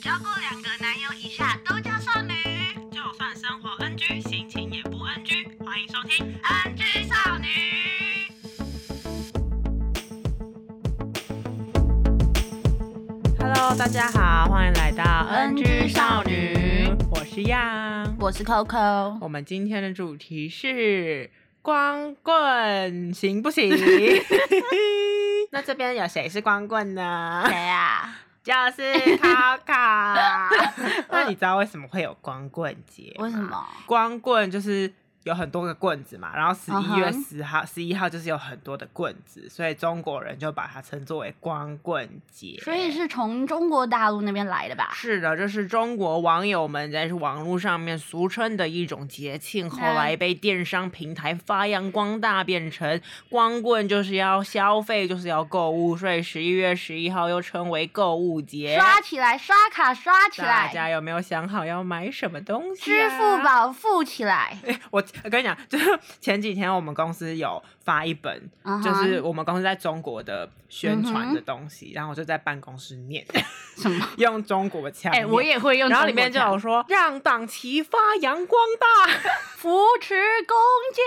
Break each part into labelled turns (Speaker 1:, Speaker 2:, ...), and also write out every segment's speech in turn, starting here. Speaker 1: 交过两个男友以下都叫少女。
Speaker 2: 就算生活 NG，心情也不 NG。欢迎收听，
Speaker 1: NG 少女，
Speaker 2: Hello，大家好，欢迎来到
Speaker 1: NG 少女，
Speaker 2: 我是样。
Speaker 1: 我是 Coco。
Speaker 2: 我们今天的主题是光棍行不 行？那这边有谁是光棍呢？
Speaker 1: 谁 啊？
Speaker 2: 就是卡卡。 那你知道为什么会有光棍节？
Speaker 1: 为什？么？
Speaker 2: 光棍就是有很多个棍子嘛，然后十
Speaker 1: 嗯
Speaker 2: 一
Speaker 1: 哼
Speaker 2: 月十号、十一号就是有很多的棍子，所以中国人就把它称作为光棍节。
Speaker 1: 所以是从中国大陆那边来的吧？
Speaker 2: 啊是的，这是中国网友们在网络上面俗称的一种节庆，后来被电商平台发扬光大，变成光棍就是要消费，就是要购物，所以十一月十一号又称为购物节。
Speaker 1: 刷起来，刷卡刷起
Speaker 2: 大
Speaker 1: 来，
Speaker 2: 家有没有想好要买什么东西、
Speaker 1: 支
Speaker 2: 啊？
Speaker 1: 付宝付起 来。
Speaker 2: 我我跟你讲，就是 前几天我们公司有发一本，
Speaker 1: 嗯哼
Speaker 2: 就是我们公司在中国的宣
Speaker 1: 嗯
Speaker 2: 传的东西，然后我就在办公室念，
Speaker 1: 什么？
Speaker 2: 用中国腔
Speaker 1: 哎、
Speaker 2: 念。
Speaker 1: 我也会用中国
Speaker 2: 然
Speaker 1: 腔。
Speaker 2: 后里面就有说，让党旗发扬光大，
Speaker 1: 扶持攻坚。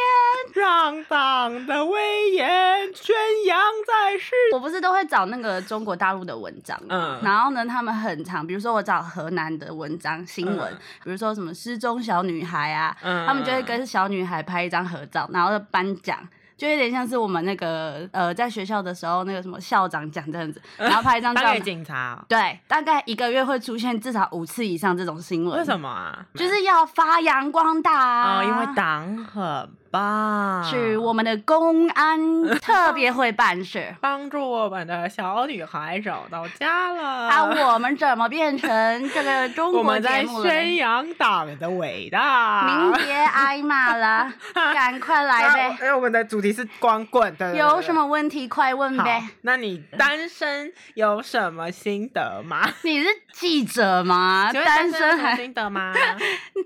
Speaker 2: 让党的威严宣扬在世。
Speaker 1: 我不是都会找那个中国大陆的文章吗，
Speaker 2: 嗯
Speaker 1: 然后呢，他们很长，比如说我找河南的文章新闻，
Speaker 2: 嗯
Speaker 1: 比如说什么失踪小女孩啊，
Speaker 2: 嗯
Speaker 1: 他们就会跟小女孩拍一张合照，然后就颁奖。就有点像是我们那个呃，在学校的时候那个什么校长奖这样 子，然后拍一张照
Speaker 2: 当给
Speaker 1: 片。
Speaker 2: 警察
Speaker 1: 对，大概一个月会出现至少五次以上这种新
Speaker 2: 哦、
Speaker 1: 闻。
Speaker 2: 为什
Speaker 1: 么？
Speaker 2: 么啊？
Speaker 1: 就是要发扬光大
Speaker 2: 啊、
Speaker 1: 啊、
Speaker 2: 因为党很棒，
Speaker 1: 是我们的公安特别会办 事。
Speaker 2: 帮助我们的小女孩找到家了
Speaker 1: 啊，我们怎么变成这个中
Speaker 2: 我
Speaker 1: 国
Speaker 2: 们
Speaker 1: 节
Speaker 2: 在
Speaker 1: 目了呢？
Speaker 2: 宣扬党的伟
Speaker 1: 您
Speaker 2: 大。
Speaker 1: 别挨骂 了，赶快来
Speaker 2: 那我
Speaker 1: 呗！
Speaker 2: 哎，我们的主题是光棍，对对对
Speaker 1: 有什么问题快问
Speaker 2: 好
Speaker 1: 呗。？
Speaker 2: 那你单身有什么心得吗？
Speaker 1: 你是记者吗？
Speaker 2: 请问
Speaker 1: 啊单
Speaker 2: 身
Speaker 1: 身
Speaker 2: 有什么
Speaker 1: 还
Speaker 2: 心 得吗？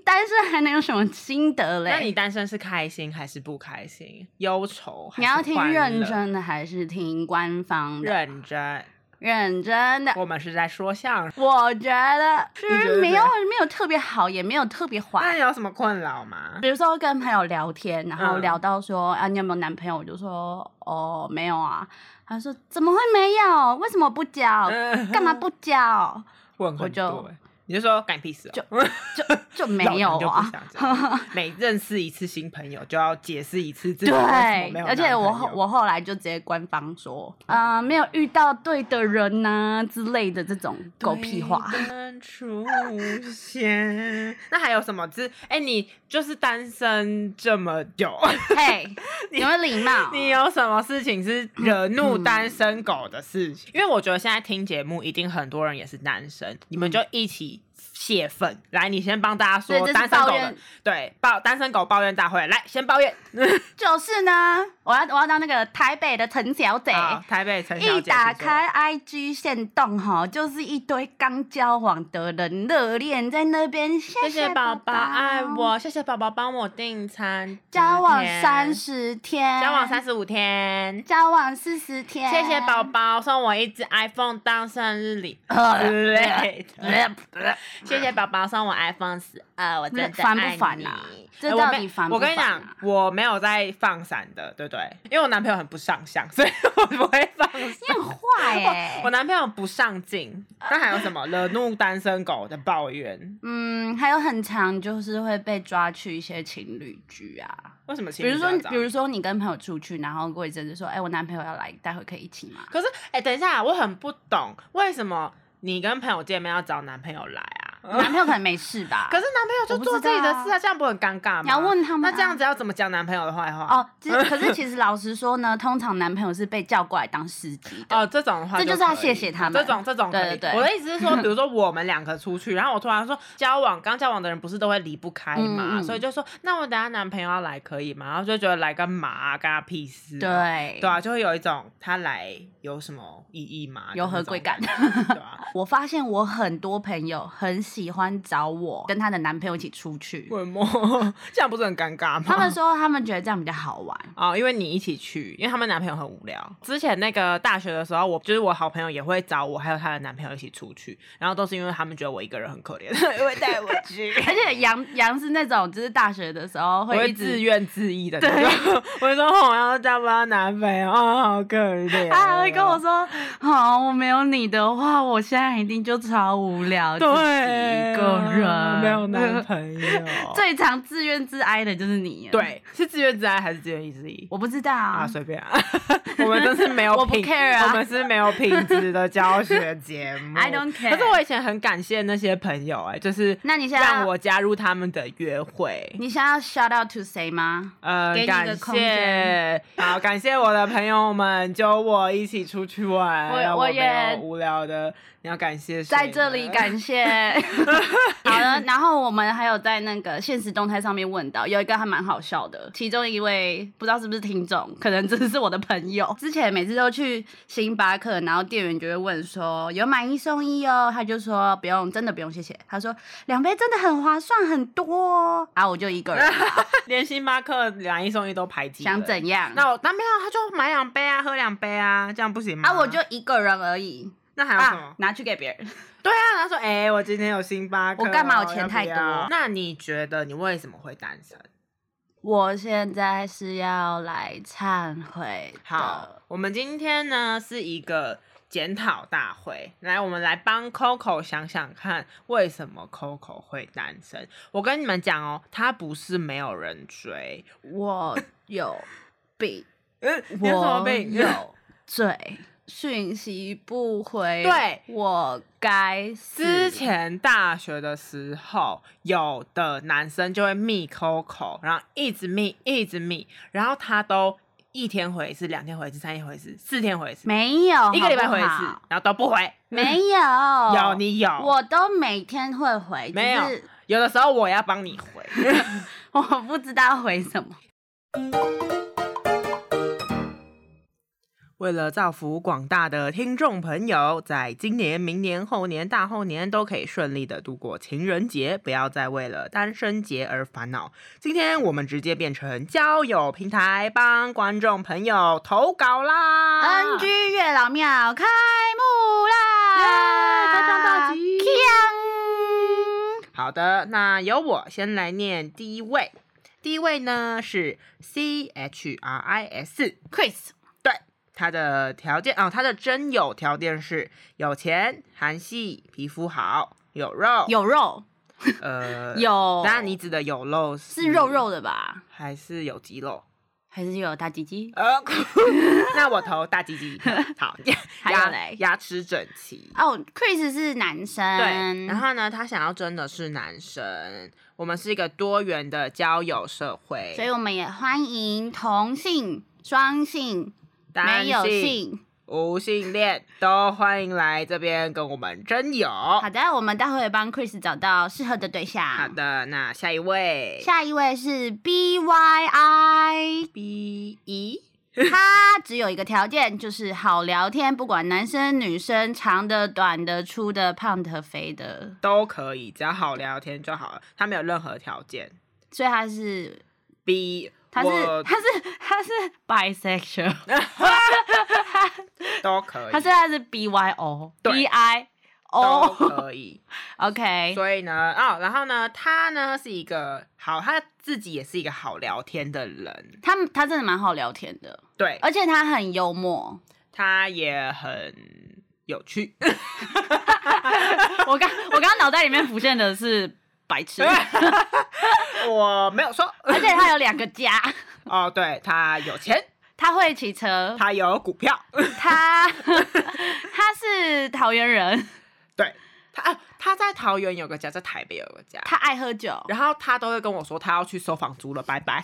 Speaker 1: 单身还能有什么心得
Speaker 2: 那
Speaker 1: 嘞
Speaker 2: 你？单身是开心还是不开心？忧愁还是
Speaker 1: 你要听
Speaker 2: 欢乐
Speaker 1: 认真的还是听官方的？
Speaker 2: 认真，
Speaker 1: 认真的，
Speaker 2: 我们是在说相声。
Speaker 1: 我觉得
Speaker 2: 你觉
Speaker 1: 是
Speaker 2: 得
Speaker 1: 没有
Speaker 2: 怎
Speaker 1: 没有特别好，也没有特别坏。
Speaker 2: 那有什么困扰吗？
Speaker 1: 比如说跟朋友聊天，然后
Speaker 2: 嗯
Speaker 1: 聊到说、啊，你有没有男朋友？我就说哦，没有啊。他说怎么会没有？为什么不交？
Speaker 2: 嗯
Speaker 1: 干嘛不交？
Speaker 2: 问
Speaker 1: 我
Speaker 2: 很
Speaker 1: 就
Speaker 2: 多欸？你就说干屁事哦、
Speaker 1: 就就就没有
Speaker 2: 老人就
Speaker 1: 啊
Speaker 2: 不。想这样每 认识一次新朋友，就要解释一次自己为什么没
Speaker 1: 对，
Speaker 2: 有
Speaker 1: 而且
Speaker 2: 男
Speaker 1: 我
Speaker 2: 朋
Speaker 1: 后
Speaker 2: 友哦
Speaker 1: 我后来就直接官方说，呃，没有遇到对的人呐、之类的这种狗屁话。
Speaker 2: 对灯出现。那还有什么？就是哎、你就是单身这么 久，
Speaker 1: 嘿，有没有礼貌？
Speaker 2: 你有什么事 情是惹怒
Speaker 1: 嗯
Speaker 2: 单身狗的事情？因为我觉得现在听节目一定很多人也是单身，你们就一起泄愤。来，你先帮大家
Speaker 1: 嗯对这
Speaker 2: 说
Speaker 1: 是
Speaker 2: 单身狗
Speaker 1: 抱
Speaker 2: 的
Speaker 1: 怨，
Speaker 2: 对抱单身狗抱怨大会，来先抱怨。
Speaker 1: 就是呢，我要我要当那个台北的陈小姐。
Speaker 2: 好，台北啊陈小
Speaker 1: 一
Speaker 2: 姐，
Speaker 1: 打
Speaker 2: 请说。
Speaker 1: 开 IG 线动哈，就是一堆刚交往的人热恋在那边，谢
Speaker 2: 谢谢宝
Speaker 1: 宝
Speaker 2: 宝爱。我，谢谢宝宝帮我订餐。
Speaker 1: 哦交往
Speaker 2: 今天
Speaker 1: 三，十天，
Speaker 2: 交往三，十五天，
Speaker 1: 交往四十天，
Speaker 2: 谢谢宝。宝送我一只 iPhone 当生日 礼之
Speaker 1: 啊
Speaker 2: 类的。
Speaker 1: 烦
Speaker 2: 谢谢宝宝送我 iPhone 十二，我真的
Speaker 1: 不
Speaker 2: 爱
Speaker 1: 烦
Speaker 2: 你
Speaker 1: 呐？这
Speaker 2: 哎
Speaker 1: 到
Speaker 2: 我跟
Speaker 1: 底烦不
Speaker 2: 我跟你
Speaker 1: 烦
Speaker 2: 讲
Speaker 1: 啊，
Speaker 2: 我没有在放闪的，对不对？因为我男朋友很不上相，所以我不会放
Speaker 1: 你很
Speaker 2: 闪。
Speaker 1: 坏哎
Speaker 2: 我。男朋友不上进，那还有什么惹怒单身狗的抱怨？
Speaker 1: 嗯，还有很长，就是会被抓去一些情侣局啊，
Speaker 2: 为什么情
Speaker 1: 比
Speaker 2: 侣
Speaker 1: 如
Speaker 2: 都要
Speaker 1: 说
Speaker 2: 这样？，
Speaker 1: 比如说你跟朋友出去，然后过一阵子说，哎、我男朋友要来，待会可以一起 吗？
Speaker 2: 可是，哎、等一下，我很不懂为什么你跟朋友见面要找男朋友来啊？
Speaker 1: 男朋友可能没事吧？
Speaker 2: 可是男朋友
Speaker 1: 嗯我
Speaker 2: 就
Speaker 1: 不
Speaker 2: 做
Speaker 1: 知
Speaker 2: 自己的
Speaker 1: 道啊
Speaker 2: 事啊，这样不很尴尬吗？
Speaker 1: 你要问他们啊
Speaker 2: 那这样子要怎么讲男朋友的坏话？
Speaker 1: 哦，其 实可是其实老实说呢，通常男朋友是被叫过来当司机的。
Speaker 2: 哦，这种的话
Speaker 1: 这
Speaker 2: 就
Speaker 1: 就是要
Speaker 2: 可以
Speaker 1: 谢谢他们
Speaker 2: 这种这种可以
Speaker 1: 对对对
Speaker 2: 我的意思是 说，比如说我们两个出去，然后我突然说交往，刚交往的人不是都会离不开嘛，
Speaker 1: 嗯嗯
Speaker 2: 所以就说那我等下男朋友要来可以吗？然后就觉得来干嘛、啊，干他屁事、啊。
Speaker 1: 对
Speaker 2: 对啊，就会有一种他来有什么意义吗？
Speaker 1: 有
Speaker 2: 就那
Speaker 1: 何
Speaker 2: 种
Speaker 1: 贵干
Speaker 2: 觉对啊，
Speaker 1: 我发现我很多朋友很喜欢找我跟她的男朋友一起出去。
Speaker 2: 为什么？ 这样不是很尴尬吗？
Speaker 1: 他们说他们觉得这样比较好 玩。
Speaker 2: 啊、因为你一起去，因为他们男朋友很无聊。之前那个大学的时候，我就是我好朋友也会找我还有她的男朋友一起出去，然后都是因为他们觉得我一个人很可怜， 因为带我去。
Speaker 1: 而且杨杨是那种，就是大学的时候
Speaker 2: 我
Speaker 1: 会
Speaker 2: 会
Speaker 1: 一
Speaker 2: 自
Speaker 1: 直，
Speaker 2: 怨自艾的那种，我就说哦我要交不到男朋友，哦，好可怜。
Speaker 1: 啊他还会跟我，说：“好、我没有你的话，我现在一定就超无聊，
Speaker 2: 对
Speaker 1: 自己一个 人，，
Speaker 2: 没有男朋友
Speaker 1: 最常自怨自哀的就是你。，
Speaker 2: 对，是自怨自艾还是自怨自艾？
Speaker 1: 我不知道
Speaker 2: 啊，随便啊， 我们都是没有
Speaker 1: 嗯我不
Speaker 2: 品，
Speaker 1: care 啊
Speaker 2: 我们是没有品质的教学节 目。
Speaker 1: I don't care
Speaker 2: 可是我以前很感谢那些朋友、哎，就是
Speaker 1: 那你现在
Speaker 2: 让我加入他们的约会。
Speaker 1: 你想要 shout out to 谁吗？
Speaker 2: 呃
Speaker 1: 给，你一个
Speaker 2: 感
Speaker 1: 空
Speaker 2: 谢，好，感谢我的朋友们，就我一起出去玩，
Speaker 1: 我
Speaker 2: 让
Speaker 1: 我
Speaker 2: 我没
Speaker 1: 也
Speaker 2: 有无聊的，你要感谢谁
Speaker 1: 在这里
Speaker 2: 呢
Speaker 1: 感谢。好了，然后我们还有在那个现实动态上面问到，有一个还蛮好笑的，其中一位不知道是不是听众，可能真的是我的朋 友。之前每次都去星巴克，然后店员就会问说有买一送一哦，他就说不用，真的不用，谢谢。他说两杯真的很划算，很多哦。啊，我就一 个人
Speaker 2: 连星巴克两一送一都排挤，
Speaker 1: 想？怎样？
Speaker 2: 那我那没有，他就买两杯啊，喝两杯啊，这样不行吗？
Speaker 1: 啊，我就一个人而已
Speaker 2: 那还有什么
Speaker 1: 啊？，拿去给别人。
Speaker 2: 对啊，他说：“哎、我今天有星巴克哦，
Speaker 1: 我干嘛
Speaker 2: 要
Speaker 1: 我钱
Speaker 2: 不
Speaker 1: 太多
Speaker 2: 要那你觉得你为什么会单身？
Speaker 1: 我现在是要来忏悔的。
Speaker 2: 好，我们今天呢是一个检讨大会，来，我们来帮 Coco 想想看，为什么 Coco 会单身？我跟你们讲哦，他不是没有人追，
Speaker 1: 我 有病，
Speaker 2: 嗯，你有什么
Speaker 1: 我
Speaker 2: 病？
Speaker 1: 有罪，讯息不回，
Speaker 2: 对
Speaker 1: 我该死
Speaker 2: 之前大学的时候，有的男生就会密 Coco，然后一直密，一直密，然后他都一天回一次，两天回一次，三天回一次，四天回一次，
Speaker 1: 没有
Speaker 2: 一个礼拜回一，
Speaker 1: 哦好
Speaker 2: 次
Speaker 1: 不 好，
Speaker 2: 然后都不回。
Speaker 1: 没有
Speaker 2: 有你有，
Speaker 1: 我都每天会回，
Speaker 2: 没有
Speaker 1: 只是
Speaker 2: 有的时候我要帮你回。
Speaker 1: 我不知道回什 么。
Speaker 2: 为了造福广大的听众朋友，在今年、明年、后年、大后年都可以顺利的度过情人节，不要再为了单身节而烦恼。今天我们直接变成交友平台，帮观众朋友投稿啦
Speaker 1: NG 月老庙开幕
Speaker 2: 耶
Speaker 1: 啦！
Speaker 2: 开张大吉
Speaker 1: 锵
Speaker 2: 好的，那由我先来念第一位。第一位呢是 C H R I S，
Speaker 1: Chris，
Speaker 2: 对，他的条件哦，他的真友条件是有钱、韩系、皮肤好、有肉，
Speaker 1: 有肉
Speaker 2: 呃
Speaker 1: 有，
Speaker 2: 当然你指的有肉是
Speaker 1: 是肉肉的吧？
Speaker 2: 还是有肌肉？
Speaker 1: 还是有大鸡鸡？
Speaker 2: 呃，那我投大鸡鸡。好，
Speaker 1: 还有
Speaker 2: 牙
Speaker 1: 嘞嗯
Speaker 2: 牙齿整齐。
Speaker 1: 哦，Chris 是男生，
Speaker 2: 对，然后呢，他想要真的是男生，我们是一个多元的交友社会，
Speaker 1: 所以我们也欢迎同性、双性、
Speaker 2: 单
Speaker 1: 没有
Speaker 2: 性、
Speaker 1: 性。
Speaker 2: 无性恋都欢迎来这边跟我们真友。
Speaker 1: 好的，我们待会帮 Chris 找到适合的对象。
Speaker 2: 好，的，那下一位，
Speaker 1: 下一位是 B Y I，
Speaker 2: B E，一，
Speaker 1: 他只有一个条件，就是好聊天，不管男生女生，长的、短的、粗的、胖的、肥的，
Speaker 2: 都可以，只要好聊天就好了，他没有任何条件。
Speaker 1: 所以他是。
Speaker 2: B，
Speaker 1: 他是
Speaker 2: 我
Speaker 1: 他是他是 bisexual，
Speaker 2: 都可以，
Speaker 1: 他是他是 B Y O
Speaker 2: 对
Speaker 1: B I
Speaker 2: 都
Speaker 1: O
Speaker 2: 可以。
Speaker 1: OK，
Speaker 2: 所以呢，哦，然后呢，他呢是一个好，他自己也是一个好聊天的人，
Speaker 1: 他们他真的蛮好聊天的，
Speaker 2: 对，
Speaker 1: 而且他很幽默。
Speaker 2: 他也很 有趣。
Speaker 1: 我刚 我刚脑袋里面浮现的是白 痴，而
Speaker 2: 我没有说，
Speaker 1: 且他有两个家，
Speaker 2: 哦，对他有钱，
Speaker 1: 他会骑车，
Speaker 2: 他有股票，
Speaker 1: 他 他是桃园人，
Speaker 2: 对他、啊，他在桃园有个家，在台北有个家。
Speaker 1: 他爱喝 酒，
Speaker 2: 然后他都会跟我说，他要去收房租了，拜拜。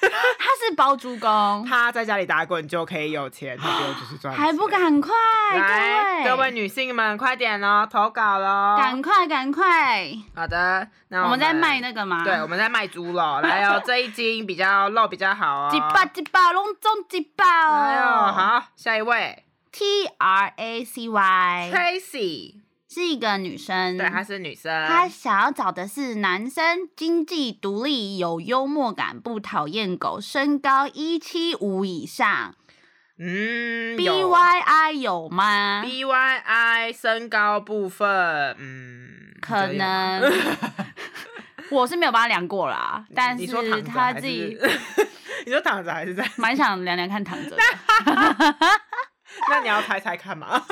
Speaker 1: 他是包租公，
Speaker 2: 他在家里打滚就可以有钱，他不用只是赚钱。
Speaker 1: 啊还不赶快，
Speaker 2: 来，
Speaker 1: 各
Speaker 2: 各位
Speaker 1: 位，
Speaker 2: 女性们，快点喽，投稿喽！
Speaker 1: 赶快赶快，
Speaker 2: 好的，那
Speaker 1: 我
Speaker 2: 们
Speaker 1: 们在卖那个吗？
Speaker 2: 对，我们在卖猪肉，来 哦，这一斤比较肉比较好哦。
Speaker 1: 几把几把隆重几把
Speaker 2: 哎呦，
Speaker 1: 哦，
Speaker 2: 好，下一位
Speaker 1: T R A C Y
Speaker 2: ，Tracy，
Speaker 1: 是一个女生，
Speaker 2: 对，她是女生，
Speaker 1: 嗯她想要找的是男生，经济独立，有幽默感，不讨厌狗，身高一七五以上。
Speaker 2: 嗯
Speaker 1: B
Speaker 2: 有
Speaker 1: Y I 有吗？
Speaker 2: B Y I 身高部分，嗯，你
Speaker 1: 可
Speaker 2: 觉得有吗
Speaker 1: 能 我是没有帮他量过啦，但
Speaker 2: 你说躺
Speaker 1: 是
Speaker 2: 着
Speaker 1: 他
Speaker 2: 还
Speaker 1: 自己
Speaker 2: 是 你说躺着还是在？
Speaker 1: 蛮想量量看躺着的。
Speaker 2: 那你要猜猜 看嘛？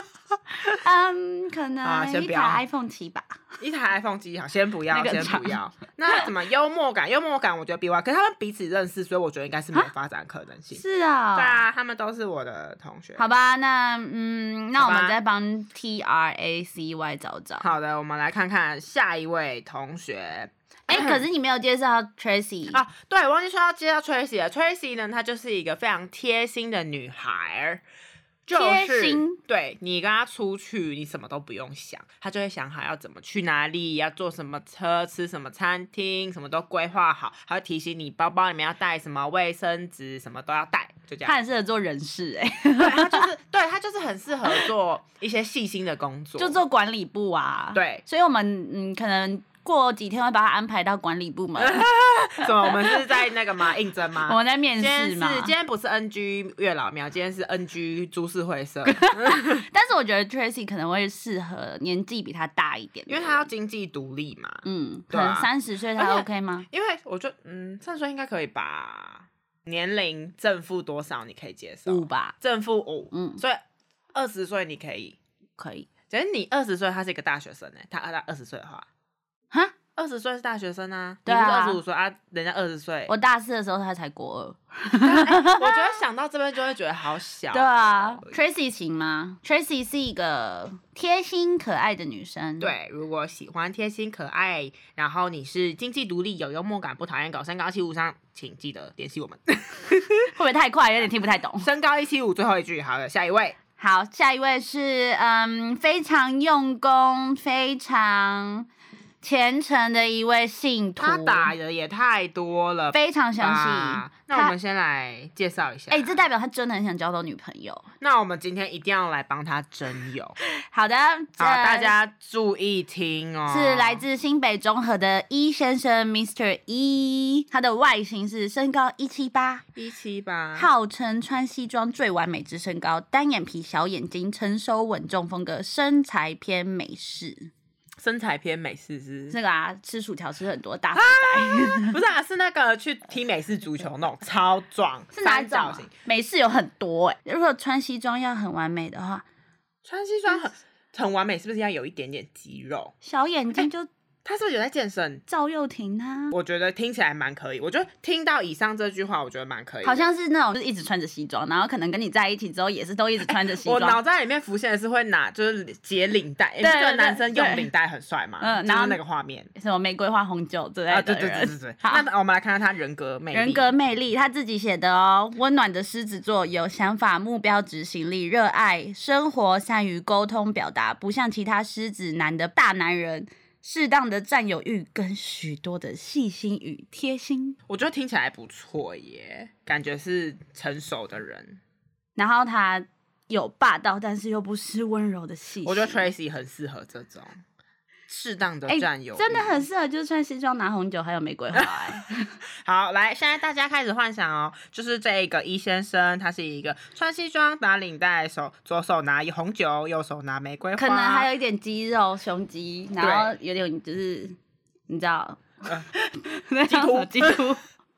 Speaker 1: 嗯，可
Speaker 2: 啊
Speaker 1: 能
Speaker 2: 先
Speaker 1: 一
Speaker 2: 不要
Speaker 1: 台 iPhone 七吧。
Speaker 2: 一台 iPhone 机好，先不要，
Speaker 1: 那个很
Speaker 2: 先
Speaker 1: 长
Speaker 2: 不要。那怎么幽默感？幽默感我觉得 B Y，可是他们彼此认识，所以我觉得应该是没有发展可能性。
Speaker 1: 是啊。
Speaker 2: 对啊，他们都是我的同学。
Speaker 1: 好吧，那嗯，那
Speaker 2: 好
Speaker 1: 我
Speaker 2: 吧
Speaker 1: 们再帮 T R A C Y 找找。
Speaker 2: 好的，我们来看看下一位同学。
Speaker 1: 哎、可是你没有介绍 Tracy，、
Speaker 2: 啊，对，忘记说要介绍 Tracy 了。Tracy 呢，她就是一个非常贴心的女孩儿，就
Speaker 1: 贴
Speaker 2: 是
Speaker 1: 心
Speaker 2: 对你跟她出去，你什么都不用想，她就会想好要怎么去哪里，要坐什么车，吃什么餐厅，什么都规划好，还会提醒你包包里面要带什么卫生纸，什么都要带，就这
Speaker 1: 她
Speaker 2: 样。
Speaker 1: 很适合做人事、哎，
Speaker 2: 对，她就是对她就是很适合做一些细心的工 作，
Speaker 1: 就做管理部啊。，
Speaker 2: 对
Speaker 1: 所以我们嗯，可能过几天会把她安排到管理部门，
Speaker 2: 什么？我们是在那个吗？应征 吗？
Speaker 1: 我
Speaker 2: 哦
Speaker 1: 们在面
Speaker 2: 今天
Speaker 1: 试
Speaker 2: 是
Speaker 1: 嘛。
Speaker 2: 今天不是 NG 月老庙，今天是 NG 株式 会社。
Speaker 1: 但是我觉得 Tracy 可能会适合年纪比她大一点的
Speaker 2: 因为他要经济独立嘛。
Speaker 1: 嗯，可
Speaker 2: 对啊
Speaker 1: 能三十岁
Speaker 2: 而
Speaker 1: 才
Speaker 2: 且
Speaker 1: OK 吗？
Speaker 2: 因为我就嗯，三十岁应该可以吧？年龄正负多少你可以接
Speaker 1: 五
Speaker 2: 受？
Speaker 1: 吧，
Speaker 2: 正负五，
Speaker 1: 嗯，
Speaker 2: 所以二十岁你可以。
Speaker 1: 可以。
Speaker 2: 可是你二十岁，他是一个大学生呢、欸他他二十岁的话，
Speaker 1: 哈，
Speaker 2: 二十岁是大学生啊，
Speaker 1: 对啊
Speaker 2: 二十五岁啊，人家二十岁。
Speaker 1: 我 大四的时候她才国二。
Speaker 2: 我觉得想到这边就会觉得好小。哦
Speaker 1: 对啊，Tracy 行吗？Tracy 是一个贴心可爱的女生。，
Speaker 2: 对，如果喜欢贴心可爱，然后你是经济独立、有幽默感、不讨厌搞身高七五上，请记得联 系我们。
Speaker 1: 会不会太快？有点听不太懂。
Speaker 2: 身高一七五，最后一句，好的，下一位。
Speaker 1: 好，下一位是嗯，非常用功、非常虔诚的一位信徒，
Speaker 2: 他打的也太多了吧，
Speaker 1: 非常相信。
Speaker 2: 那我们先来介绍一下。
Speaker 1: 哎、这代表他真的很想交到女朋友。
Speaker 2: 那我们今天一定要来帮他征友，好，
Speaker 1: 好的，这
Speaker 2: 大家注意听哦。
Speaker 1: 是来自新北中和的一先生 Mr. 一，他的外形是身高一七八，
Speaker 2: 一七八，
Speaker 1: 号称穿西装最完美之身高，单眼皮、小眼睛，成熟稳重风格，身材偏美式。
Speaker 2: 身材偏美式是
Speaker 1: 这个啊，吃薯条吃很多大肥仔，
Speaker 2: 不是啊？是那个去踢美式足球那种超壮，
Speaker 1: 是哪一
Speaker 2: 三
Speaker 1: 种、
Speaker 2: 角
Speaker 1: 啊
Speaker 2: 形？
Speaker 1: 美式有很多哎、如果穿西装要很完美的话，
Speaker 2: 穿西装很很完美，是不是要有一点点肌肉？
Speaker 1: 小眼睛就
Speaker 2: 他是不是有在健身？
Speaker 1: 赵又廷啊，
Speaker 2: 我觉得听起来蛮可以，我觉得听到以上这句话，我觉得蛮可以的。
Speaker 1: 好像是那种就是一直穿着西装，然后可能跟你在一起之后也是都一直穿着西
Speaker 2: 我
Speaker 1: 装，
Speaker 2: 脑袋里面浮现的是会拿，就是解领带，你
Speaker 1: 对
Speaker 2: 不觉
Speaker 1: 对
Speaker 2: 得男生用
Speaker 1: 对
Speaker 2: 领带很帅吗？
Speaker 1: 嗯
Speaker 2: 就
Speaker 1: 然后
Speaker 2: 是那个画面
Speaker 1: 什么玫瑰花红酒之类
Speaker 2: 啊，
Speaker 1: 的
Speaker 2: 对
Speaker 1: 人。
Speaker 2: 对对对对。
Speaker 1: 好
Speaker 2: 那我们来看看他人格魅力。
Speaker 1: 人格魅力，他自己写的哦。温暖的狮子座，有想法、目标、执行力，热爱生活，善于沟通表达，不像其他狮子男的大男人，适当的占有欲跟许多的细心与贴心。
Speaker 2: 我觉得听起来不错耶，感觉是成熟的人。
Speaker 1: 然后他有霸道，但是又不失温柔的细心。
Speaker 2: 我觉得 Tracy 很适合这种适当的
Speaker 1: 哎
Speaker 2: 占有欲、
Speaker 1: 真的很适合，就是穿西装拿红酒，还有玫瑰花、哎
Speaker 2: 好。来，现在大家开始幻想哦，就是这一个一先生，他是一个穿西装、打领带，手左手拿红酒，右手拿玫瑰花，
Speaker 1: 可能还有一点肌肉、胸肌，然后有点就是你知道，
Speaker 2: 啊
Speaker 1: 那叫什么
Speaker 2: 鸡
Speaker 1: 鸡突。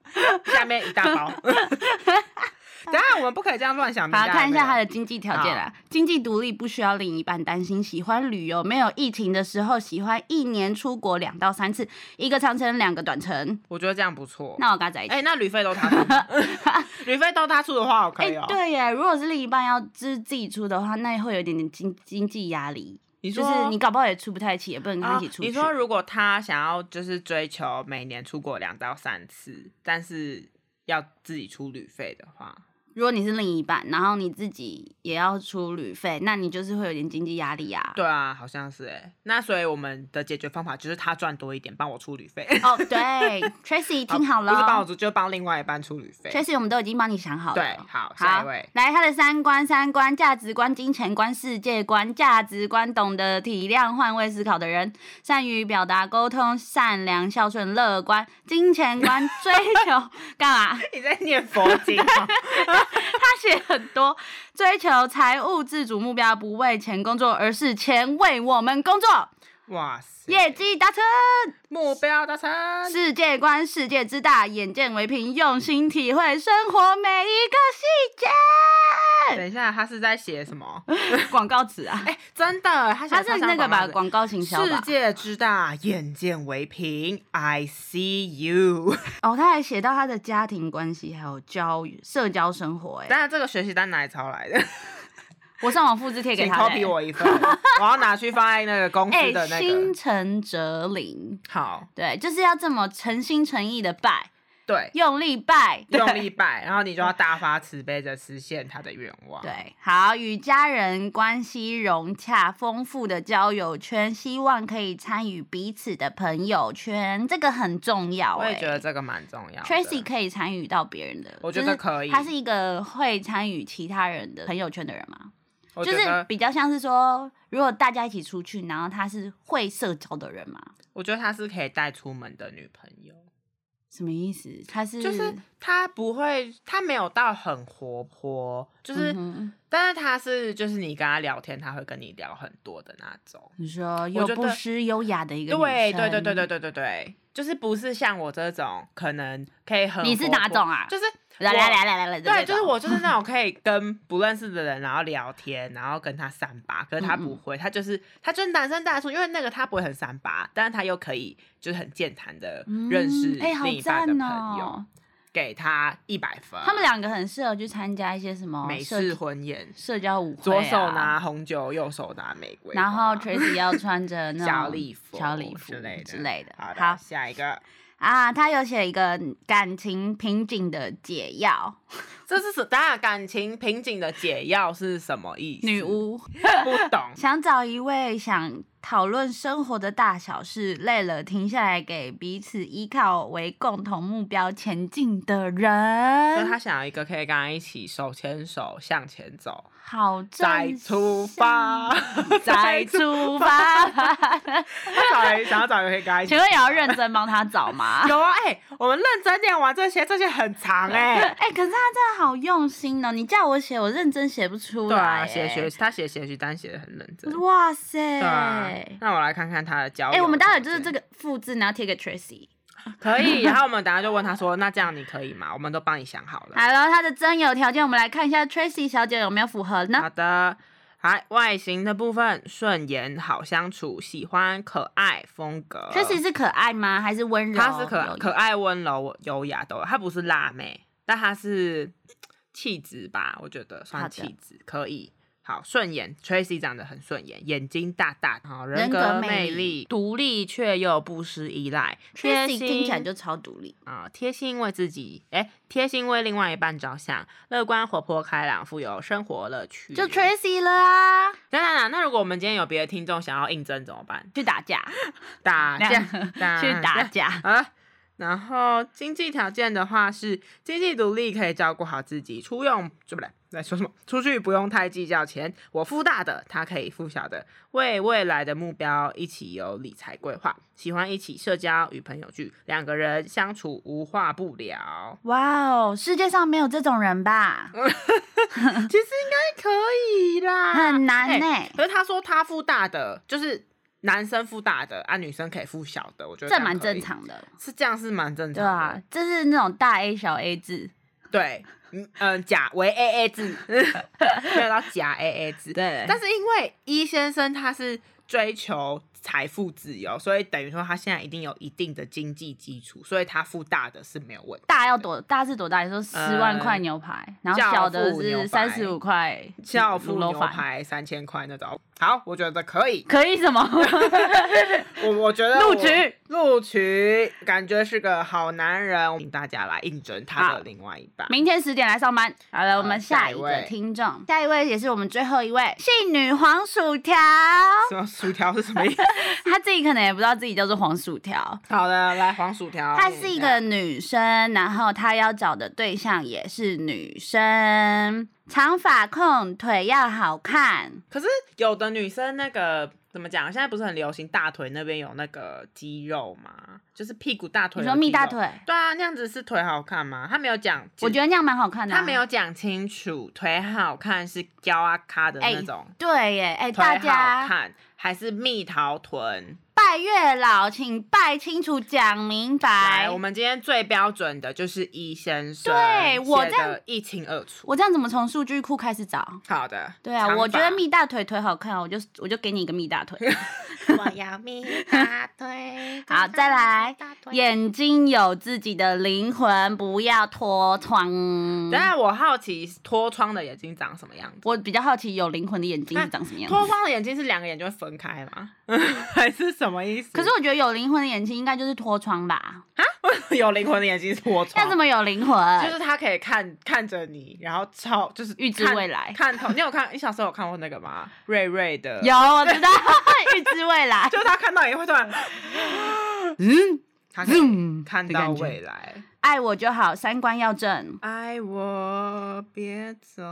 Speaker 2: 下面一大 包。等一下我们不可以这样乱想。
Speaker 1: 好，
Speaker 2: 明白
Speaker 1: 看一下
Speaker 2: 没有
Speaker 1: 他的经济条件啦。经济独立，不需要另一半担心。喜欢旅游，没有疫情的时候，喜欢一年出国两到三次，一个长程，两个短程。
Speaker 2: 我觉得这样不错。
Speaker 1: 那我跟他在一起。
Speaker 2: 哎、那旅费都他出吗，旅费都他出的话，我可
Speaker 1: 哎、
Speaker 2: 以哦、
Speaker 1: 对耶，如果是另一半要自自己出的话，那会有一点点经经济压力，
Speaker 2: 你
Speaker 1: 就
Speaker 2: 说
Speaker 1: 是你搞不好也出不太起，也不能跟他
Speaker 2: 啊
Speaker 1: 一起出去。
Speaker 2: 你说如果他想要就是追求每年出国两到三次，但是要自己出旅费的话，
Speaker 1: 如果你是另一半，然后你自己也要出旅费，那你就是会有点经济压力啊。
Speaker 2: 对啊，好像是哎。那所以我们的解决方法就是他赚多一点，帮我出旅费。
Speaker 1: 哦，对 ，Tracy 听好了
Speaker 2: 不是帮我
Speaker 1: 哦
Speaker 2: 出，就帮另外一半出旅费。
Speaker 1: ，Tracy 我们都已经帮你想好了。哦
Speaker 2: 对，好，下
Speaker 1: 好
Speaker 2: 一位，。
Speaker 1: 来他的三观：三观、价值观、金钱观、世界观、价值观，懂得体谅、换位思考的人，善于表达、沟通，善良、孝顺、乐观，金钱观追求干嘛？
Speaker 2: 你在念佛 经吗？
Speaker 1: 他写很多，追求财务自主目标，不为钱工作，而是钱为我们工作，
Speaker 2: 哇塞！
Speaker 1: 业绩达成。
Speaker 2: 目标达成。
Speaker 1: 世界观，世界之大，眼见为凭，用心体会生活每一个细节。
Speaker 2: 等一下，他是在写什么？
Speaker 1: 广告词啊，
Speaker 2: 哎、真的，他写
Speaker 1: 他
Speaker 2: 的
Speaker 1: 是
Speaker 2: 超像
Speaker 1: 那个吧，
Speaker 2: 的
Speaker 1: 广告行销
Speaker 2: 世
Speaker 1: 吧。
Speaker 2: 界之大，眼见为凭。I see you。
Speaker 1: 哦，他还写到他的家庭关系，还有交友社交生活。哎，
Speaker 2: 当然，这个学习单哪里抄来的？
Speaker 1: 我上网复制贴给
Speaker 2: 请
Speaker 1: 他的
Speaker 2: copy
Speaker 1: 欸。
Speaker 2: 我一份，我要拿去放在那个公司
Speaker 1: 哎、
Speaker 2: 的那
Speaker 1: 心
Speaker 2: 个。
Speaker 1: 诚则灵，
Speaker 2: 好，
Speaker 1: 对，就是要这么诚心诚意的拜，
Speaker 2: 对，
Speaker 1: 用力拜，对嗯
Speaker 2: 用力拜，然后你就要大发慈悲的实现他的愿望。，
Speaker 1: 对，好，与家人关系融洽，丰富的交友圈，希望可以参与彼此的朋友圈，这个很重要、
Speaker 2: 我
Speaker 1: 欸。
Speaker 2: 也觉得这个蛮重要的。
Speaker 1: Tracy 可以参与到别人的，
Speaker 2: 我
Speaker 1: 就
Speaker 2: 觉得
Speaker 1: 是
Speaker 2: 可以
Speaker 1: 他是一个会参与其他人的朋友圈的人嘛，
Speaker 2: 我
Speaker 1: 就
Speaker 2: 觉
Speaker 1: 是
Speaker 2: 得，
Speaker 1: 比较像是说，如果大家一起出去，然后他是会社交的人嘛，
Speaker 2: 我觉得她是可以带出门的女朋友。
Speaker 1: 什么意思？他是
Speaker 2: 就是他不会，他没有到很活泼，就是，
Speaker 1: 嗯哼
Speaker 2: 但是他是就是你跟他聊天，他会跟你聊很多的那种。
Speaker 1: 你说又
Speaker 2: 觉
Speaker 1: 不
Speaker 2: 得
Speaker 1: 失优雅的一个女
Speaker 2: 对对对对
Speaker 1: 生
Speaker 2: 对对对对，就是不是像我这种可能可以很
Speaker 1: 你是
Speaker 2: 活
Speaker 1: 哪
Speaker 2: 泼
Speaker 1: 种啊
Speaker 2: 就是
Speaker 1: 来
Speaker 2: 我
Speaker 1: 来来来来来，
Speaker 2: 对，就是
Speaker 1: 我。
Speaker 2: 我就是那种可以跟不认识的人然后聊天，然后跟他三八，可是他
Speaker 1: 嗯
Speaker 2: 不会，他就是他就是男生大叔，因为那个他不会很三八，但是他又可以就是很健谈的认识
Speaker 1: 嗯哎好
Speaker 2: 另一半
Speaker 1: 赞
Speaker 2: 的朋友，
Speaker 1: 哦
Speaker 2: 给他一百分。
Speaker 1: 他们两个很适合去参加一些什么
Speaker 2: 啊美
Speaker 1: 社
Speaker 2: 式婚宴，
Speaker 1: 社交舞会、啊，
Speaker 2: 左手拿红酒，右手拿玫瑰花，
Speaker 1: 然后 Tracy 要穿着那种
Speaker 2: 小礼服、
Speaker 1: 小礼服
Speaker 2: 之类的
Speaker 1: 之类的。
Speaker 2: 好的，
Speaker 1: 好
Speaker 2: 下一个，
Speaker 1: 啊，他有写一个感情瓶颈的解药，
Speaker 2: 这是什？当然，感情瓶颈的解药是什么意思？
Speaker 1: 女巫
Speaker 2: 不懂。
Speaker 1: 想找一位想讨论生活的大小事，累了停下来给彼此依靠，为共同目标前进的
Speaker 2: 所以
Speaker 1: 人
Speaker 2: 他，想要一个可以跟他一起手牵手向前走，
Speaker 1: 好
Speaker 2: 再
Speaker 1: 正
Speaker 2: 出发，
Speaker 1: 向，再出发。
Speaker 2: 他找人想要找一个可以跟他一起
Speaker 1: 请。问也要认真帮他找吗？
Speaker 2: 有啊，哎、我们认真念完这些，这些很长 哎、
Speaker 1: 哎、可是他真的好用心哦！你叫我写，我认真写不出
Speaker 2: 对
Speaker 1: 来、欸
Speaker 2: 啊，写学。他写学习单写的很认真。
Speaker 1: 哇塞！
Speaker 2: 对啊，那我来看看他的交友。
Speaker 1: 哎、我们待会就是这个复制，然后贴给 Tracy。
Speaker 2: 可以，然后我们等下就问他说：“那这样你可以吗？”我们都帮你想好了。
Speaker 1: 好了，他的真有条件，我们来看一下 Tracy 小姐有没有符合呢？
Speaker 2: 好的，好，外形的部分顺眼、好相处、喜欢、可爱、风格。
Speaker 1: Tracy 是可爱吗？还是温柔？
Speaker 2: 她是可
Speaker 1: 有
Speaker 2: 可爱、温柔、优雅都有，她不是辣妹，但她是气质吧？我觉得
Speaker 1: 好
Speaker 2: 算
Speaker 1: 的
Speaker 2: 气质，可以。好，顺眼，Tracy 长得很顺眼，眼睛大大，好，
Speaker 1: 人
Speaker 2: 人
Speaker 1: 格
Speaker 2: 格
Speaker 1: 魅
Speaker 2: 魅
Speaker 1: 力
Speaker 2: 力，独立却又不失依赖，贴
Speaker 1: ，Tracy 听起来
Speaker 2: 心
Speaker 1: 就超独立。
Speaker 2: 啊，贴心为自己，哎，贴心为另外一半着想，乐观、活泼、开朗，富有生活乐趣。
Speaker 1: 就 Tracy 了啊，
Speaker 2: 等等等，那如果我们今天有别的听众想要应征怎么办？
Speaker 1: 去打架，
Speaker 2: 打架，嗯
Speaker 1: 去打架，
Speaker 2: 啊！然后经济条件的话是经济独立，可以照顾好自己，出用对不对？在说什么？出去不用太计较钱，我付大的，他可以付小的，为未来的目标一起有理财规划，喜欢一起社交与朋友聚，两个人相处无话不聊。
Speaker 1: 哇哦，世界上没有这种人 吧？
Speaker 2: 其实应该哎可以啦，
Speaker 1: 很难呢、
Speaker 2: 欸可是他说他付大的，就是男生付大的啊，女生可以付小的，我觉得
Speaker 1: 这
Speaker 2: 样
Speaker 1: 蛮
Speaker 2: 可以
Speaker 1: 正，常的，
Speaker 2: 是这样是蛮正
Speaker 1: 对
Speaker 2: 常
Speaker 1: 啊
Speaker 2: 的，，
Speaker 1: 这是那种大 A 小 A 制，
Speaker 2: 对，嗯嗯，假为 A A 制，没有到假 A A 制，
Speaker 1: 对
Speaker 2: 但是因为一先生他是追求财富自由，所以等于说他现在一定有一定的经济基础，所以他付大的是没有问题。
Speaker 1: 大要多大是多大？你说十
Speaker 2: 呃
Speaker 1: 万块牛排，然后小的是三十五块
Speaker 2: 教父
Speaker 1: 卤肉
Speaker 2: 牛
Speaker 1: 饭，
Speaker 2: 排三千块那种，好，我觉得可以。
Speaker 1: 可以什 么？
Speaker 2: 我我觉得
Speaker 1: 录
Speaker 2: 我
Speaker 1: 取
Speaker 2: 录取，感觉是个好男人，我请大家来应征他
Speaker 1: 好
Speaker 2: 的另外一半。
Speaker 1: 明天十点来上班。好了，我们下
Speaker 2: 呃下一
Speaker 1: 一
Speaker 2: 位
Speaker 1: 个听众，下一位也是我们最后一位，信女黄薯条，
Speaker 2: 什么薯条是什么意思？
Speaker 1: 她自己可能也不知道自己叫做黄薯条。
Speaker 2: 好的，来黄薯条。
Speaker 1: 她是一个女生，然后她要找的对象也是女生，长发控，腿要好看。
Speaker 2: 可是有的女生那个怎么讲？现在不是很流行大腿那边有那个肌肉吗？就是屁股大腿。
Speaker 1: 你说蜜大？腿，
Speaker 2: 对啊，那样子是腿好看吗？他没有讲，
Speaker 1: 我觉得那样蛮好看的、啊。
Speaker 2: 他没有讲清楚，腿好看是胶啊咖的那种，
Speaker 1: 对耶，哎、
Speaker 2: 腿
Speaker 1: 大
Speaker 2: 好
Speaker 1: 家
Speaker 2: 看还是蜜桃臀？
Speaker 1: 拜月老，请拜清楚讲明白
Speaker 2: 来，我。们今天最标准的就是一先生，
Speaker 1: 对我
Speaker 2: 写
Speaker 1: 这样
Speaker 2: 得一清二楚。
Speaker 1: 我这样怎么从数据库开始找？
Speaker 2: 好的，
Speaker 1: 对啊，
Speaker 2: 长
Speaker 1: 我觉
Speaker 2: 发
Speaker 1: 得蜜大腿腿好看，我就我就给你一个蜜大 腿。。
Speaker 3: 我要蜜大腿
Speaker 1: 好再来
Speaker 3: 大腿
Speaker 1: 眼睛有自己的灵魂，不要脱窗。
Speaker 2: 等下我好奇脱窗的眼睛长什么样子？
Speaker 1: 我比较好奇有灵魂的眼睛是长什么样
Speaker 2: 脱
Speaker 1: 子。
Speaker 2: 窗的眼睛是两个眼就会分开 吗？还是什么意思？
Speaker 1: 可是我觉得有灵魂的眼睛应该就是脱窗吧？
Speaker 2: 我有灵魂的眼睛是脱窗
Speaker 1: 要，怎么有灵
Speaker 2: 就
Speaker 1: 魂？
Speaker 2: 是他可以看看着你，然后超就是
Speaker 1: 预知
Speaker 2: 看
Speaker 1: 未来
Speaker 2: 看透。你有看？你小时候有看过那个吗？瑞瑞的
Speaker 1: 有，我知道， 预知未来。
Speaker 2: 就是他看到你会突然，
Speaker 1: 嗯，
Speaker 2: 他可以
Speaker 1: 嗯
Speaker 2: 看
Speaker 1: 的感
Speaker 2: 到
Speaker 1: 觉
Speaker 2: 未来。
Speaker 1: 爱我就好，三观要正。
Speaker 2: 爱我别走，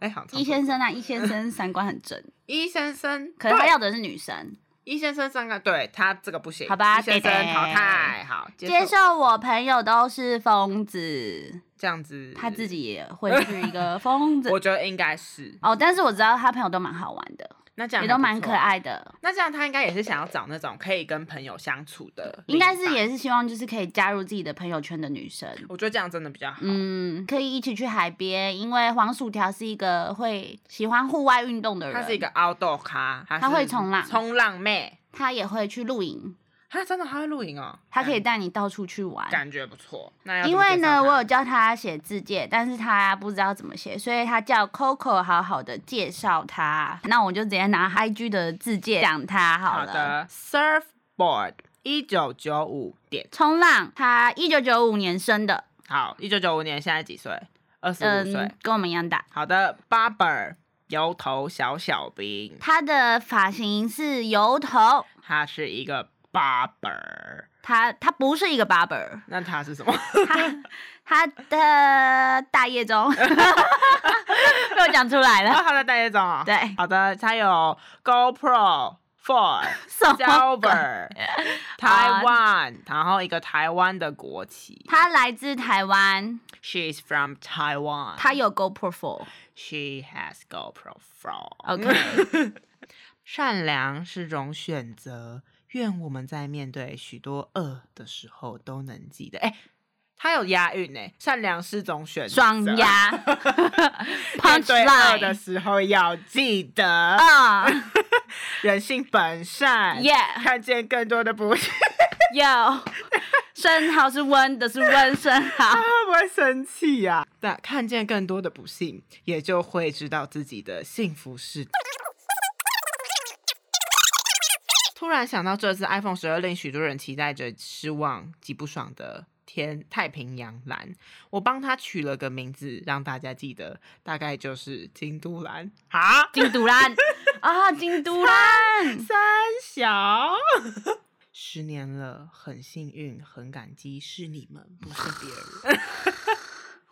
Speaker 2: 哎、好像
Speaker 1: 易先生啊，易先生三观很 正，
Speaker 2: 一先生，
Speaker 1: 可是他
Speaker 2: 对
Speaker 1: 要的是女生。
Speaker 2: 一先生上个，对他这个不行，
Speaker 1: 好吧
Speaker 2: 一先
Speaker 1: 对
Speaker 2: 生
Speaker 1: 对
Speaker 2: 淘汰，好
Speaker 1: 接受我朋友都是疯子，
Speaker 2: 这样子，
Speaker 1: 他自己也会是一个疯子
Speaker 2: 我。觉得应该是，
Speaker 1: 哦，但是我知道他朋友都蛮好玩的，
Speaker 2: 那这样
Speaker 1: 也
Speaker 2: 还
Speaker 1: 都
Speaker 2: 不
Speaker 1: 蛮
Speaker 2: 错
Speaker 1: 可。爱的，
Speaker 2: 那这样他应该也是想要找那种可以跟朋友相处的，
Speaker 1: 应该是。也是希望就是可以加入自己的朋友圈的女生。
Speaker 2: 我觉得这样真的比较好。
Speaker 1: 嗯，可以一起去海边，因为黄薯条是一个会喜欢户外运动的人，
Speaker 2: 他是一个 outdoor 咖，他
Speaker 1: 他
Speaker 2: 是
Speaker 1: 会冲浪
Speaker 2: 冲浪妹。
Speaker 1: 他也会去露营，
Speaker 2: 他真的他会露营哦，
Speaker 1: 他可以
Speaker 2: 感
Speaker 1: 带你到处去玩。
Speaker 2: 感觉不错。那要
Speaker 1: 因
Speaker 2: 怎么
Speaker 1: 为
Speaker 2: 介
Speaker 1: 呢，
Speaker 2: 绍他
Speaker 1: 我有教他写字界，但是他不知道怎么写，所以他叫 Coco 好好的介绍他。那我就直接拿 IG 的字界讲他好
Speaker 2: 好
Speaker 1: 了。
Speaker 2: 的 surfboard 一九九五点
Speaker 1: 冲浪，他一九九五年生的，
Speaker 2: 好，一九九五年现在几岁？二十五岁
Speaker 1: 嗯。，跟我们一样大。
Speaker 2: 好的，barber 油头小小兵，
Speaker 1: 他的发型是油头，
Speaker 2: 他是一个 barber。
Speaker 1: 他他不是一个 barber，
Speaker 2: 那他是什么？
Speaker 1: 他他的大业 中被我讲出来
Speaker 2: 哦，
Speaker 1: 了，
Speaker 2: 他在戴业中啊。
Speaker 1: 对
Speaker 2: 好的，他有 GoPro Four
Speaker 1: 什么鬼？
Speaker 2: Silver 台湾，然后一个台湾的国旗。
Speaker 1: 他来自台湾，
Speaker 2: She's from Taiwan.
Speaker 1: 他有 GoPro Four。
Speaker 2: She has GoPro Four.
Speaker 1: OK
Speaker 2: 善良是种选择，愿我们在面对许多恶的时候都能记得。哎、他有押韵哎、善良是种选择，
Speaker 1: 双 压
Speaker 2: 面
Speaker 1: ，punch
Speaker 2: 对恶的
Speaker 1: line
Speaker 2: 时候要记得。
Speaker 1: 啊，
Speaker 2: 人性本善
Speaker 1: Yeah
Speaker 2: 看见更多的不幸，
Speaker 1: 有生蚝是温的，是温生蚝
Speaker 2: 他。会不会生气呀、但看见更多的不幸，也就会知道自己的幸福是。 突然想到，这次 iPhone 十二令许多人期待着、失望及不爽的天太平洋蓝，我帮它取了个名字，让大家记得，大概就是京都蓝啊。
Speaker 1: 京都兰啊，京都 兰，
Speaker 2: 三小。 十年了，很幸运，很感激，是你们，不是别人。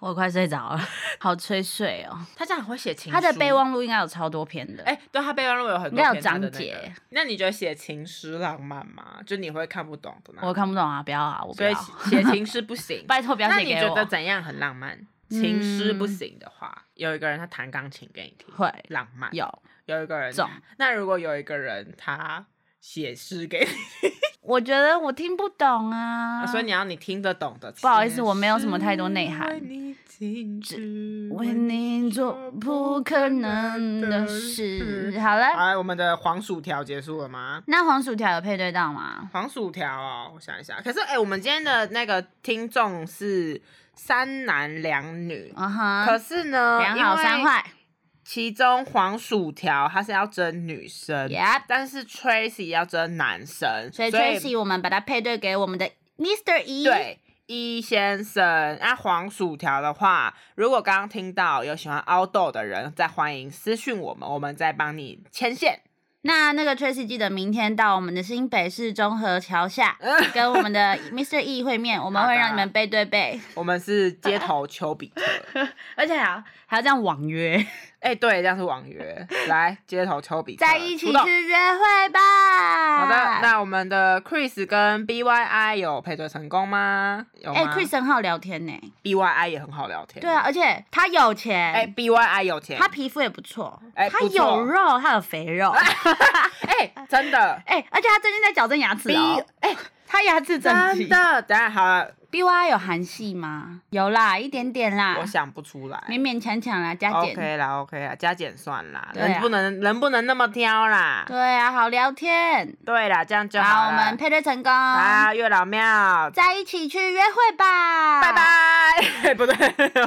Speaker 1: 我快睡着了，好催睡哦。
Speaker 2: 他这样很会写情
Speaker 1: 他的
Speaker 2: 书
Speaker 1: 备，忘录应该有超多篇的，
Speaker 2: 哎、对他备忘录有很多
Speaker 1: 应该有
Speaker 2: 篇他的
Speaker 1: 章节
Speaker 2: 那个那你觉得写情诗浪漫吗？就你会看不懂的那
Speaker 1: 我
Speaker 2: 种，
Speaker 1: 看不懂啊，不要啊，我不
Speaker 2: 所以
Speaker 1: 要。。
Speaker 2: 写写情诗不行
Speaker 1: 拜托不要
Speaker 2: 那
Speaker 1: 写
Speaker 2: 你
Speaker 1: 给
Speaker 2: 觉得
Speaker 1: 我。
Speaker 2: 怎样很浪漫？情诗不
Speaker 1: 嗯
Speaker 2: 行的话，有一个人他弹钢琴给你听，
Speaker 1: 会
Speaker 2: 浪漫。
Speaker 1: 有，
Speaker 2: 有一个人
Speaker 1: 中
Speaker 2: 他，那如果有一个人他写诗给你听，
Speaker 1: 我觉得我听不懂啊，
Speaker 2: 啊所以你要你听得懂的。
Speaker 1: 不好意思我没有什么太多内涵
Speaker 2: 只为你停止
Speaker 1: 为你做不可能的事。。好了，
Speaker 2: 哎，我们的黄薯条结束了吗？
Speaker 1: 那黄薯条有配对到吗？
Speaker 2: 黄薯条哦，我想一下。可是哎、我们今天的那个听众是三男两女，
Speaker 1: 嗯哼，
Speaker 2: 可是呢，
Speaker 1: 两好三，坏。
Speaker 2: 其中黄薯条他是要争女生
Speaker 1: Yep
Speaker 2: 但是 Tracy 要争男生，
Speaker 1: 所以 Tracy，我们把它配对给我们的 Mr. E。，
Speaker 2: 对。一先生，那黄薯条的话，如果刚刚听到有喜欢凹豆的人，再欢迎私讯我们，我们再帮你牵线。
Speaker 1: 那那个 Tracy 记得明天到我们的新北市中和桥下跟我们的 Mr. E 会面，我们
Speaker 2: 嗯好
Speaker 1: 会
Speaker 2: 的
Speaker 1: 让你们背对背，
Speaker 2: 我们是街头丘比特，
Speaker 1: 而且还要还要这样网约，
Speaker 2: 哎、对，这样是网约，来街头丘比特，
Speaker 1: 在一起
Speaker 2: 出动
Speaker 1: 去约会吧。
Speaker 2: 好的，那我们的 Chris 跟 BYI 有配对成功吗？有吗、
Speaker 1: 哎、c h r i s 很好聊天呢、
Speaker 2: BYI 也很好聊天。
Speaker 1: 对啊，，而且他有钱，
Speaker 2: 哎、BYI 有钱，
Speaker 1: 他皮肤也不错，
Speaker 2: 哎
Speaker 1: 他
Speaker 2: 不错啊
Speaker 1: 有肉，他有肥肉，
Speaker 2: 哎、真 的
Speaker 1: 哎、而且他最近在矫正牙齿
Speaker 2: B
Speaker 1: 哦，
Speaker 2: 哎、
Speaker 1: 他牙齿整
Speaker 2: 真
Speaker 1: 齐。
Speaker 2: 的，等一下好了，
Speaker 1: B Y 有韩系吗？有啦，一点点啦，
Speaker 2: 我想不出来。
Speaker 1: 勉勉强强啦，加减。
Speaker 2: OK 啦，OK 啦，加减算啦，
Speaker 1: 对啊
Speaker 2: 人不能人不能那么挑啦。
Speaker 1: 对啊，好聊天。
Speaker 2: 对啦，这样就
Speaker 1: 好，
Speaker 2: 了。
Speaker 1: 我们配哦对成功，
Speaker 2: 啊，月老庙，
Speaker 1: 在一起去约会吧。
Speaker 2: 拜。拜。 不对，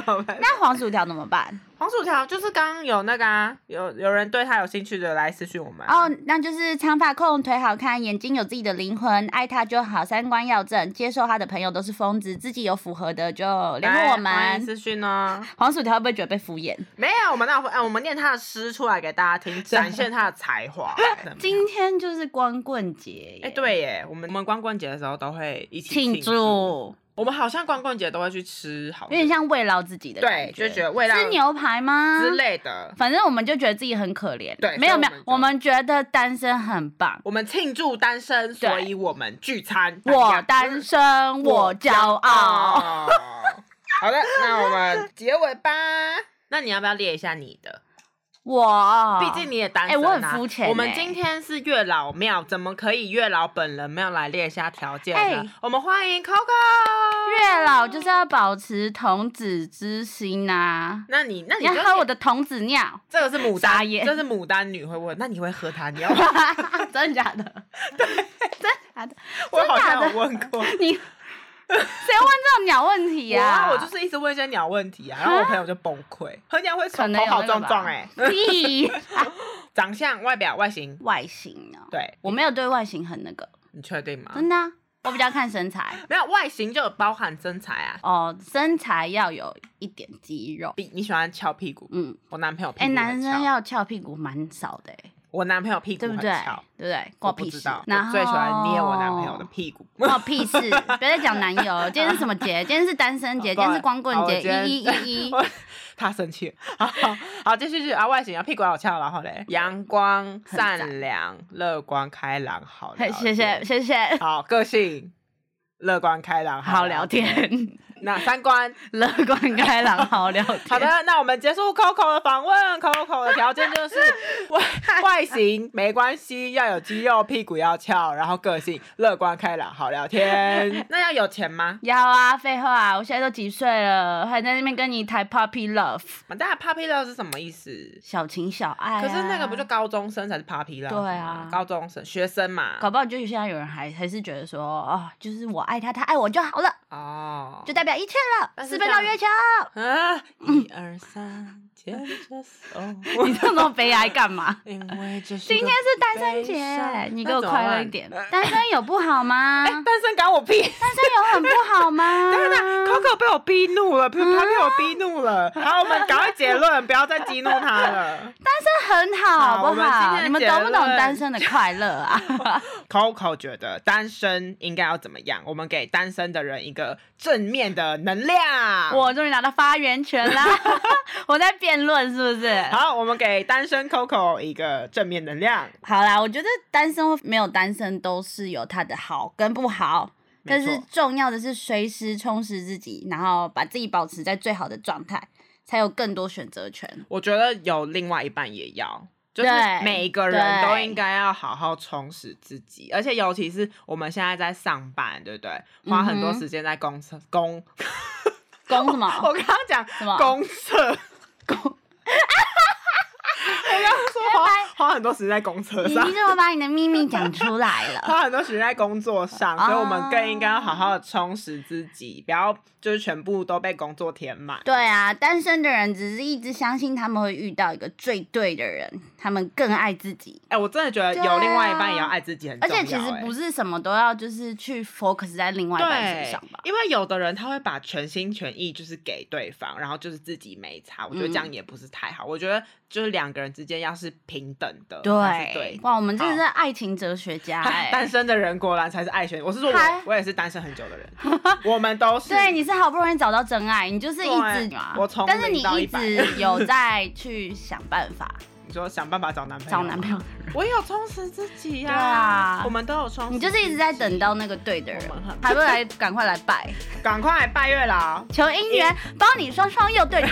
Speaker 2: 我们
Speaker 1: 那黄薯条怎么办？
Speaker 2: 黄薯条就是刚刚有那个啊，有有人对他有兴趣的来私讯我们。
Speaker 1: 哦，那就是长发控，腿好看，眼睛有自己的灵魂，爱他就好，三观要正，接受他的朋友都是疯子，自己有符合的就联络
Speaker 2: 来
Speaker 1: 我
Speaker 2: 欢迎
Speaker 1: 们。
Speaker 2: 私讯哦。
Speaker 1: 黄薯条会不会觉得被敷衍？
Speaker 2: 没有，我们那会，哎，我们念他的诗出来给大家 听，展现他的才华。
Speaker 1: 今天就是光棍节，
Speaker 2: 哎、，对耶，我们我们光棍节的时候都会一起
Speaker 1: 庆
Speaker 2: 祝，
Speaker 1: 祝，
Speaker 2: 我们好像光棍节都会去吃好，
Speaker 1: 有点像啊慰劳自己的
Speaker 2: 对
Speaker 1: 感觉，
Speaker 2: 就觉得慰劳
Speaker 1: 吃牛排吗？
Speaker 2: 之类的。
Speaker 1: 反正我们就觉得自己很可怜。
Speaker 2: 对
Speaker 1: 没有
Speaker 2: 所以
Speaker 1: 没有我
Speaker 2: 我们，就
Speaker 1: 们觉得单身很棒。
Speaker 2: 我们庆祝单身，所以我们聚餐。
Speaker 1: 我单身，我骄傲。
Speaker 2: 哦。好的，那我们结尾 吧。那你要不要列一下你的？
Speaker 1: 我，
Speaker 2: 毕竟你也单
Speaker 1: 哎
Speaker 2: 身、啊
Speaker 1: 我很肤浅
Speaker 2: 我们
Speaker 1: 欸
Speaker 2: 今天是月老庙，怎么可以月老本人没有来列一下条件呢？
Speaker 1: 哎
Speaker 2: 我们欢迎 Coco。
Speaker 1: 月老就是要保持童子之心呐、
Speaker 2: 那你那
Speaker 1: 你
Speaker 2: 你
Speaker 1: 要
Speaker 2: 就
Speaker 1: 喝我的童子 尿，
Speaker 2: 这个是牡
Speaker 1: 傻
Speaker 2: 丹，
Speaker 1: 眼
Speaker 2: 这是牡丹女会问，那你会喝它？你 要吗
Speaker 1: 真的假的？真假的？
Speaker 2: 我好像
Speaker 1: 真
Speaker 2: 有问 过。
Speaker 1: 你谁问这种鸟问题
Speaker 2: 我
Speaker 1: 呀、
Speaker 2: 啊，我就是一直问一些鸟问题啊，然后我朋友就崩溃。喝鸟会
Speaker 1: 可
Speaker 2: 从
Speaker 1: 能
Speaker 2: 头
Speaker 1: 有
Speaker 2: 好
Speaker 1: 那个
Speaker 2: 壮
Speaker 1: 吧
Speaker 2: 壮哎，
Speaker 1: 屁啊
Speaker 2: 长相、外表、外形，
Speaker 1: 外形呢？
Speaker 2: 对
Speaker 1: 我没有对外形很那个，
Speaker 2: 你确定吗？
Speaker 1: 真的啊、我比较看身材。
Speaker 2: 没有外形就有包含身材啊，
Speaker 1: 哦，身材要有一点肌肉，
Speaker 2: 比你喜欢翘屁股，
Speaker 1: 嗯，
Speaker 2: 我男朋友屁股
Speaker 1: 哎、
Speaker 2: 很
Speaker 1: 男生
Speaker 2: 翘
Speaker 1: 要翘屁股蛮少的、欸，
Speaker 2: 我男朋友屁股
Speaker 1: 对
Speaker 2: 很
Speaker 1: 不
Speaker 2: 翘，
Speaker 1: 对？对不对？
Speaker 2: 我
Speaker 1: 关
Speaker 2: 不
Speaker 1: 屁
Speaker 2: 知
Speaker 1: 事
Speaker 2: 道，，
Speaker 1: 然
Speaker 2: 我
Speaker 1: 后
Speaker 2: 最喜欢捏我男朋友的屁股。
Speaker 1: 关我屁事！别再讲男友，今天是什么节？今天是单身 节，
Speaker 2: 好
Speaker 1: 今天是光
Speaker 2: 好
Speaker 1: 棍
Speaker 2: 哦我
Speaker 1: 节，
Speaker 2: 今天
Speaker 1: 一一一 一。
Speaker 2: 我他生气了，好好好，继续继续啊！外形啊，屁股好翘，然后嘞，阳光、
Speaker 1: 很赞
Speaker 2: 善良、乐观、开朗，好聊
Speaker 1: 嘿谢
Speaker 2: 天，
Speaker 1: 谢谢谢，
Speaker 2: 好个性，乐观开朗，
Speaker 1: 好聊
Speaker 2: 聊。
Speaker 1: 天，
Speaker 2: 那三观，
Speaker 1: 乐观开 朗，好聊天。
Speaker 2: 好的，那我们结束 Coco 的访问。Coco 的条件就是 外外形没关系，要有肌肉，屁股要翘，然后个性乐观开朗，好 聊天。那要有钱吗？
Speaker 1: 要啊，废话、我现在都几岁了，还在那边跟你谈 puppy love，
Speaker 2: 我大家 puppy love 是什么意思？
Speaker 1: 小情小爱、啊
Speaker 2: 可是那个不就？高中生才是 puppy love？
Speaker 1: 对啊
Speaker 2: 吗高中生学生嘛。
Speaker 1: 搞不好就现在有人还还是觉得说，哦，就是我爱他，他爱我就好了，
Speaker 2: 哦，
Speaker 1: 就代表一切了。
Speaker 2: 但是
Speaker 1: 私
Speaker 2: 这
Speaker 1: 奔
Speaker 2: 样
Speaker 1: 到月球，
Speaker 2: 啊，一二三，牵着手。
Speaker 1: 你这么悲哀干嘛？
Speaker 2: 因为这是
Speaker 1: 今天
Speaker 2: 个
Speaker 1: 是单身
Speaker 2: 悲
Speaker 1: 节，
Speaker 2: 伤
Speaker 1: 你
Speaker 2: 那
Speaker 1: 给我
Speaker 2: 怎么
Speaker 1: 快乐
Speaker 2: 办
Speaker 1: 一 点。
Speaker 2: 呃
Speaker 1: 单身有不好吗？
Speaker 2: 哎、
Speaker 1: 单
Speaker 2: 单身赶我 屁！
Speaker 1: 身有很不好吗？
Speaker 2: 等等，Coco 被我逼怒了，他被我逼怒了。好，我们赶快结论，不要再激怒他 了。
Speaker 1: 单身很好，
Speaker 2: 好
Speaker 1: 好不
Speaker 2: 我
Speaker 1: 好？
Speaker 2: 们今天的
Speaker 1: 你们懂不
Speaker 2: 结
Speaker 1: 懂
Speaker 2: 论
Speaker 1: 单身的快乐 啊？
Speaker 2: Coco 觉得单身应该要怎么样？我们给单身的人一个正面的能量。
Speaker 1: 我终于拿到发言权啦！ 我在辩论是不是？
Speaker 2: 好，我们给单身 Coco 一个正面能量。
Speaker 1: 好啦，我觉得单身或没有单身都是有它的好跟不好。
Speaker 2: 没
Speaker 1: 但
Speaker 2: 错
Speaker 1: 是重要的是随时充实自己，然后把自己保持在最好的状态，才有更多选择权。
Speaker 2: 我觉得有另外一半也要，就是
Speaker 1: 对
Speaker 2: 每个人
Speaker 1: 对
Speaker 2: 都应该要好好充实自己，而且尤其是我们现在在上班，对不对？花很多
Speaker 1: 嗯哼哦
Speaker 2: 时间在公厕公，
Speaker 1: 公什
Speaker 2: 我
Speaker 1: 么？
Speaker 2: 刚刚讲
Speaker 1: 什么
Speaker 2: 公厕， 我刚刚说花花很多时间在公厕
Speaker 1: 你
Speaker 2: 上
Speaker 1: 你。怎么把你的秘密讲出来了？
Speaker 2: 花很多时间在工作上，
Speaker 1: 哦
Speaker 2: 所以我们更应该要好好的充实自己，不要就是全部都被工作填满。
Speaker 1: 对啊，单身的人只是一直相信他们会遇到一个最对的人，他们更爱自己。
Speaker 2: 哎、我真的觉得
Speaker 1: 对啊
Speaker 2: 有另外一半也要爱自己很
Speaker 1: 啊而
Speaker 2: 重要、欸
Speaker 1: 且其实不
Speaker 2: 是
Speaker 1: 是什么都要就是去 focus 在另外一半身
Speaker 2: 对
Speaker 1: 上吧，。
Speaker 2: 因为有的人他会把全心全意就是给对方，然后就是自己没差，我觉得这样
Speaker 1: 嗯
Speaker 2: 也不是太好。我觉得就是两个人之间要是平等的，才是对
Speaker 1: 对，。哇，我们真的是
Speaker 2: 好
Speaker 1: 爱情哲学 家哎、
Speaker 2: 单身的人果然才是爱选，我是说我
Speaker 1: 嗨
Speaker 2: 我也是单身很久的人， 我们都是
Speaker 1: 对，你是好不容易找到真爱，你就是一直啊
Speaker 2: 对，我从
Speaker 1: 但是你
Speaker 2: 零到
Speaker 1: 一直
Speaker 2: 100
Speaker 1: 有在去想办 法
Speaker 2: 你说想办法找男朋友，
Speaker 1: 找男朋友，
Speaker 2: 我也有充实自己呀、
Speaker 1: 对啊
Speaker 2: 我们都有充实自己，
Speaker 1: 你就是一直在等到那个对的人
Speaker 2: 我们很，
Speaker 1: 还不来赶快来拜
Speaker 2: 赶快拜月老。
Speaker 1: 求姻缘，包你双双又对对。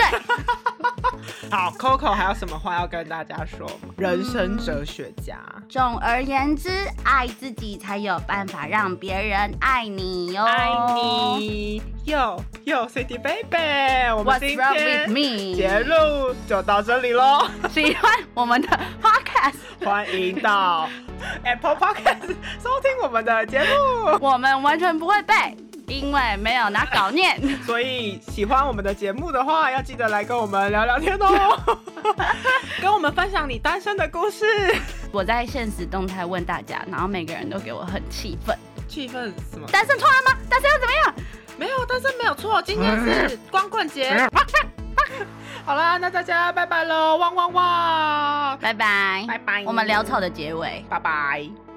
Speaker 2: 好，Coco 还有什么话要跟大家说吗？人生哲学家，
Speaker 1: 总而言之，爱自己才有办法让别人爱你哟、
Speaker 2: 爱。你哟哟，City 哦 Baby，我们
Speaker 1: What's
Speaker 2: 今
Speaker 1: wrong with
Speaker 2: 天
Speaker 1: me？
Speaker 2: 节目就到这里喽，
Speaker 1: 喜欢我们的 podcast，
Speaker 2: 欢迎到 Apple Podcast 收听我们的节目。
Speaker 1: 我们完全不会背，因为没有拿稿念。
Speaker 2: 所以喜欢我们的节目的话，要记得来跟我们聊聊天 哦，跟我们分享你单身的故事。
Speaker 1: 我在现实动态问大家，然后每个人都给我很气愤。
Speaker 2: 气氛什么？
Speaker 1: 单身错了吗？单身又怎么样？
Speaker 2: 没有，但是没有错，今天是光棍节。嗯 好啦，那大家拜拜喽，汪汪汪，
Speaker 1: 拜拜，
Speaker 2: 拜拜
Speaker 1: 我们潦草的结尾。
Speaker 2: 拜拜。